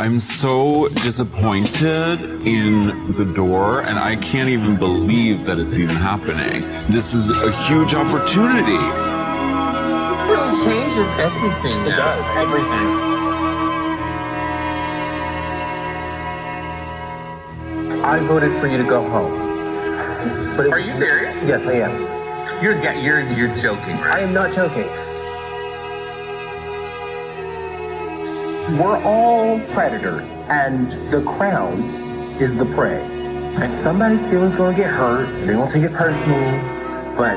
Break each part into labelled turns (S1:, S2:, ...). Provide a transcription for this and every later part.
S1: I'm so disappointed in the door, and I can't even believe that it's even happening. This is a huge opportunity.
S2: It changes everything. It does everything. I voted for you to go home. But
S3: Are you serious?
S2: Yes, I am.
S3: You're ga- you're you're joking,
S2: I
S3: right?
S2: am not joking. We're all predators, and the crown is the prey. And somebody's feelings gonna get hurt. They won't take it personally, but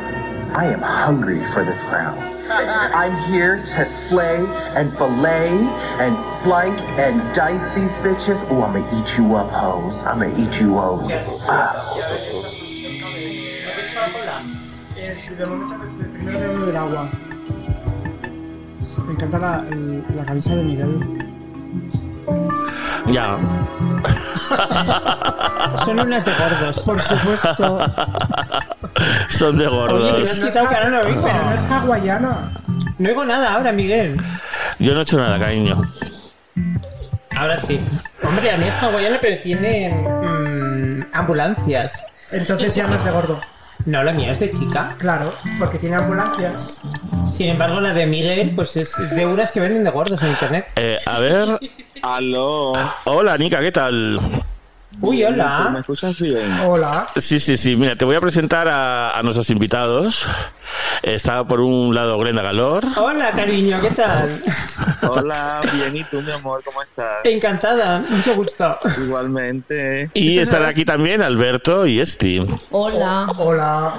S2: I am hungry for this crown. I'm here to slay and fillet and slice and dice these bitches. Oh, I'm gonna eat you up, hoes. I'm gonna eat you hoes. Ah. up.
S4: Eh, si de momento el primero debe beber agua. Me encanta la, el- la camisa de Miguel.
S5: Ya.
S6: Son unas de gordos.
S4: Por supuesto.
S5: Son de
S6: Oye, que no
S5: gordos.
S6: has quitado Carol hoy,
S4: Pero no
S6: pero
S4: es hawaiana.
S6: no oigo nada ahora, Miguel.
S5: Yo no he hecho nada, cariño.
S6: Ahora sí. Hombre, a mí es hawaiana, pero tiene mm, ambulancias.
S4: Entonces ya no es de gordo.
S6: No, la mía es de chica.
S4: Claro, porque tiene ambulancias.
S6: Sin embargo, la de Miguel, pues es de unas que venden de gordos en internet.
S5: Eh, a ver.
S7: Aló.
S5: Hola, Nica, ¿qué tal?
S6: Uy,
S7: ¿Me
S5: Ah.
S6: hola.
S7: escuchas bien?
S4: Hola.
S5: Sí, sí, sí. Mira, te voy a presentar a, a nuestros invitados. Está por un lado Glenda Galor.
S6: Hola, cariño, ¿qué tal?
S7: Hola, bien. ¿Y tú, mi amor? ¿Cómo estás?
S6: Encantada, mucho gusto.
S7: Igualmente.
S5: Y estará aquí también Alberto y Esti.
S8: Hola.
S4: Hola.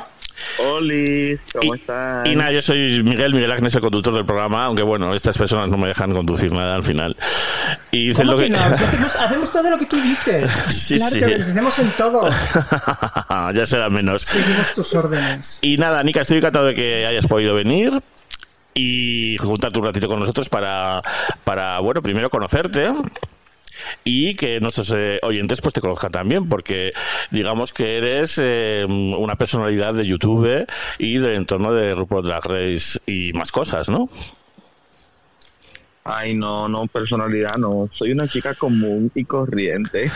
S7: Oli, ¿cómo
S5: Y-
S7: estás?
S5: Y nada, yo soy Miguel, Miguel Agnes, el conductor del programa, aunque bueno, estas personas no me dejan conducir nada al final. Y dicen lo
S6: ¿Cómo que
S5: que...
S6: no? Si Hacemos, hacemos todo lo que tú dices.
S5: sí,
S4: claro
S5: sí.
S4: que vencemos en todo.
S5: ya será menos.
S4: Seguimos tus órdenes.
S5: Y nada, Nica, estoy encantado de que hayas podido venir y juntarte un ratito con nosotros para, para bueno, primero conocerte y que nuestros eh, oyentes pues te conozcan también, porque digamos que eres eh, una personalidad de YouTube y del entorno de RuPaul Drag Race y más cosas, ¿no?
S7: Ay, no, no, personalidad no. Soy una chica común y corriente.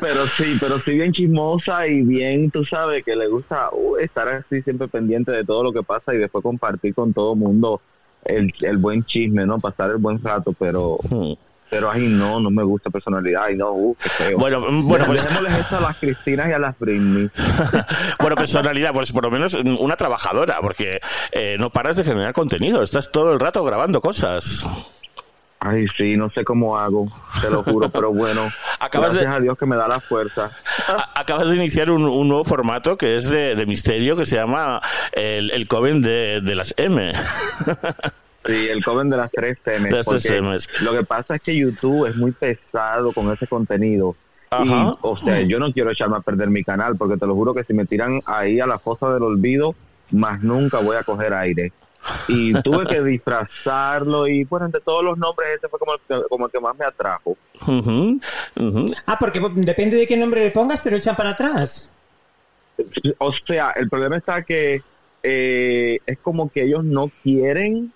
S7: pero sí, pero sí bien chismosa y bien, tú sabes, que le gusta uh, estar así siempre pendiente de todo lo que pasa y después compartir con todo mundo el, el buen chisme, ¿no? Pasar el buen rato, pero...
S5: Hmm.
S7: Pero ay no, no me gusta personalidad, ay no, uh, qué feo.
S5: Bueno, bueno, pues-
S7: Dejémosles eso a las Cristinas y a las Britney.
S5: Bueno, personalidad, pues por lo menos una trabajadora, porque eh, no paras de generar contenido, estás todo el rato grabando cosas.
S7: Ay, sí, no sé cómo hago, te lo juro, pero bueno.
S5: Acabas de-
S7: gracias a Dios que me da la fuerza.
S5: A- acabas de iniciar un, un nuevo formato que es de, de misterio que se llama el, el Coven de, de las M.
S7: Sí, el coven de las tres temes.
S5: De las tres
S7: porque
S5: Ms.
S7: Lo que pasa es que YouTube es muy pesado con ese contenido.
S5: Ajá.
S7: Y, o sea, yo no quiero echarme a perder mi canal, porque te lo juro que si me tiran ahí a la fosa del olvido, más nunca voy a coger aire. Y tuve que disfrazarlo y, bueno, entre todos los nombres, ese fue como el que, como el que más me atrajo.
S5: Ujú, ujú.
S6: Ah, porque depende de qué nombre le pongas, te lo echan para atrás.
S7: O sea, el problema está que eh, es como que ellos no quieren,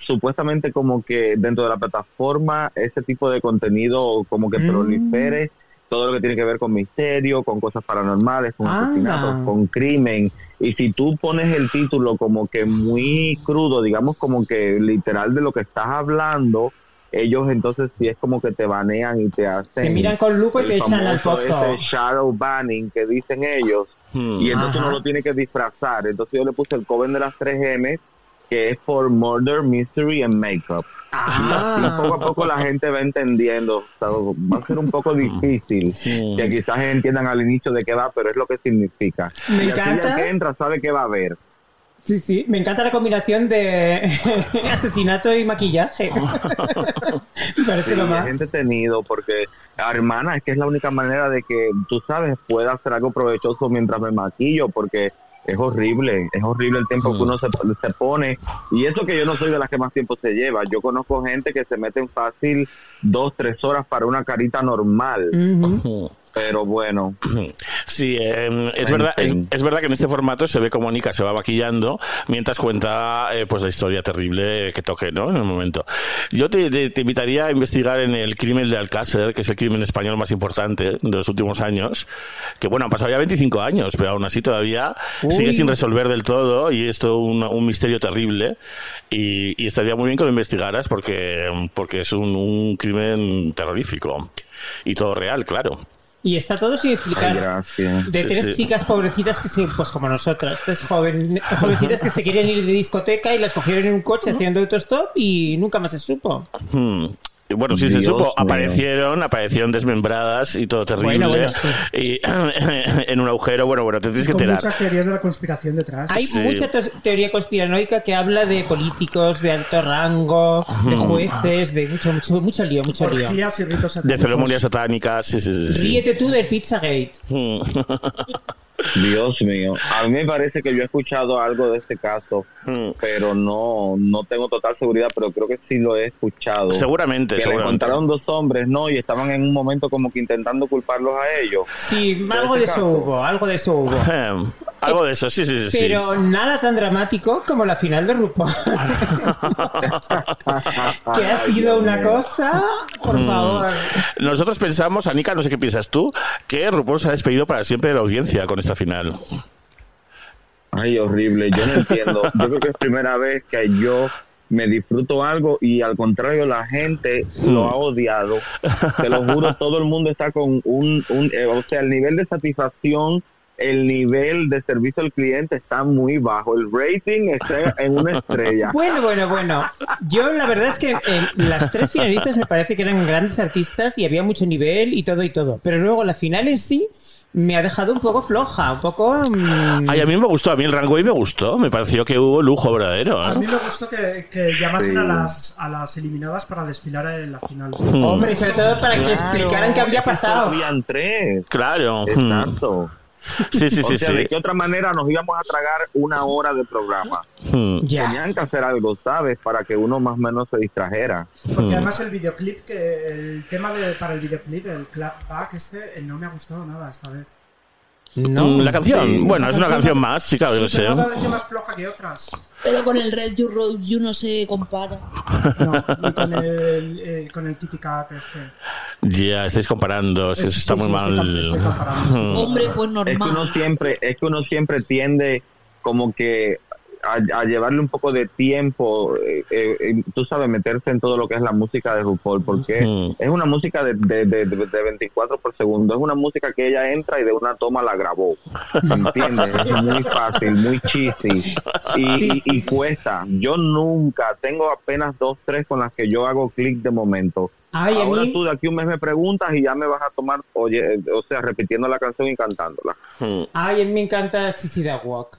S7: supuestamente como que dentro de la plataforma, ese tipo de contenido como que
S6: Mm.
S7: prolifere todo lo que tiene que ver con misterio, con cosas paranormales, con
S6: Anda.
S7: asesinatos, con crimen. Y si tú pones el título como que muy crudo, digamos como que literal de lo que estás hablando, ellos entonces sí es como que te banean y te hacen...
S6: Te miran con lupa y
S7: el
S6: te echan al
S7: famoso
S6: pozo.
S7: ese shadow banning que dicen ellos
S5: Hmm.
S7: y entonces
S6: Ajá.
S7: uno lo tiene que disfrazar. Entonces yo le puse el coven de las tres M, que es por Murder, Mystery and Makeup. Y poco a
S6: Ah,
S7: poco la gente va entendiendo. o sea, va a ser un poco difícil
S5: Mm.
S7: que quizás entiendan al inicio de qué va, pero es lo que significa.
S6: Me
S7: Y así el
S6: encanta.
S7: que entra sabe qué va a haber.
S6: Sí, sí, me encanta la combinación de asesinato y maquillaje. me parece
S7: Sí,
S6: lo más.
S7: es entretenido porque, ah, hermana, es que es la única manera de que, tú sabes, pueda hacer algo provechoso mientras me maquillo, porque es horrible, es horrible el tiempo que uno se, se pone. Y eso que yo no soy de las que más tiempo se lleva. Yo conozco gente que se meten fácil dos, tres horas para una carita normal.
S6: Ujú.
S7: Pero bueno,
S5: Sí, eh, es,
S7: En
S5: verdad, es,
S7: fin.
S5: es verdad que en este formato se ve como Nika se va maquillando mientras cuenta eh, pues la historia terrible que toque ¿no? en el momento. Yo te, te- te invitaría a investigar en el crimen de Alcácer, que es el crimen español más importante de los últimos años, que bueno, han pasado ya 25 años, pero aún así todavía sigue sin resolver del todo y es todo un, un misterio terrible y, y estaría muy bien que lo investigaras porque, porque es un, un crimen terrorífico y todo real, claro.
S6: Y está todo sin
S7: ay,
S6: explicar.
S7: gracias.
S6: De
S5: Sí,
S6: tres
S5: sí.
S6: chicas pobrecitas que se, pues como nosotras, tres joven- jovencitas que se querían ir de discoteca y las cogieron en un coche haciendo autostop y nunca más se supo.
S5: Hmm. Y Bueno, sí se
S7: Dios
S5: supo.
S7: mío.
S5: Aparecieron, aparecieron desmembradas y todo terrible.
S6: Bueno, bueno,
S5: Y en un agujero, bueno, bueno, te tienes que
S4: Con
S5: enterar.
S4: muchas teorías de la conspiración detrás.
S6: Hay
S5: Sí.
S6: mucha tos- teoría conspiranoica que habla de políticos de alto rango, de jueces, de mucho, mucho, mucho lío, mucho lío.
S4: Orgías y ritos
S5: De
S4: satánicos.
S5: ceremonias satánicas, sí, sí, sí. sí.
S6: Ríete tú del Pizzagate.
S5: Hmm.
S7: Dios mío, a mí me parece que yo he escuchado algo de este caso,
S5: Hmm.
S7: pero no, no tengo total seguridad, pero creo que sí lo he escuchado.
S5: Seguramente,
S7: que le
S5: seguramente.
S7: encontraron dos hombres, ¿no? Y estaban en un momento como que intentando culparlos a ellos.
S6: Sí, algo de eso
S7: caso.
S6: hubo, algo de eso hubo.
S5: Ehm, Algo de eso, sí, sí, sí. sí.
S6: Pero nada tan dramático como la final de RuPaul. que ha
S7: Ay,
S6: sido
S7: Dios
S6: una
S7: mío.
S6: cosa, por favor.
S5: Nosotros pensamos, Anika, no sé qué piensas tú, que RuPaul se ha despedido para siempre de la audiencia con esta final.
S7: Ay, horrible, yo no entiendo. Yo creo que es primera vez que yo me disfruto algo y al contrario la gente lo ha odiado. Te lo juro, todo el mundo está con un, un eh, o sea, el nivel de satisfacción, el nivel de servicio al cliente está muy bajo. El rating está en una estrella.
S6: Bueno, bueno, bueno. Yo la verdad es que eh, las tres finalistas me parece que eran grandes artistas y había mucho nivel y todo y todo. Pero luego la final en sí me ha dejado un poco floja, un poco... mm,
S5: Ay, a mí me gustó, a mí el rango y me gustó. Me pareció que hubo lujo verdadero.
S4: A
S5: ¿eh?
S4: mí me gustó que, que llamasen a, las, a las eliminadas para desfilar en la final.
S5: Hmm.
S4: Oh,
S6: hombre, sobre todo para que explicaran qué había
S7: Claro, es que
S6: pasado.
S7: Habían tres.
S5: Claro. Hmm.
S7: Exacto.
S5: Sí, sí, sí,
S7: o sea,
S5: sí.
S7: de qué otra manera nos íbamos a tragar una hora de programa.
S5: Hmm.
S6: Ya.
S7: Tenían que hacer algo, ¿sabes? Para que uno más o menos se distrajera.
S5: Hmm.
S4: Porque además el videoclip, que el tema de, para el videoclip, el clapback este, eh, no me ha gustado nada esta vez.
S5: Mm, La canción,
S7: Sí.
S5: bueno, es una
S4: La
S5: canción más, chica, yo
S4: sí,
S5: qué sé.
S4: pero me pareció más floja que otras.
S8: Pero con el Red You Road You no se compara.
S4: No, y con el, eh, con el Kitty Cat este.
S5: Ya, estáis comparando, es que eso está
S4: Sí,
S5: muy
S4: sí,
S5: mal.
S4: estoy ca- estoy comparando.
S8: Hombre, pues
S7: Es que uno
S8: normal.
S7: siempre, es que uno siempre tiende como que a, a llevarle un poco de tiempo, eh, eh, eh, tú sabes, meterse en todo lo que es la música de RuPaul, porque
S5: Ujú.
S7: es una música de, de, de- de 24 por segundo, es una música que ella entra y de una toma la grabó, ¿entiendes? es muy fácil, muy cheesy y, y- y cuesta. Yo nunca, tengo apenas dos, tres con las que yo hago clic de momento.
S6: Ay, a
S7: Ahora
S6: mí...
S7: tú de aquí un mes me preguntas y ya me vas a tomar, oye, eh, o sea, repitiendo la canción y cantándola.
S6: Ay, a mí me encanta Sissy the Walk.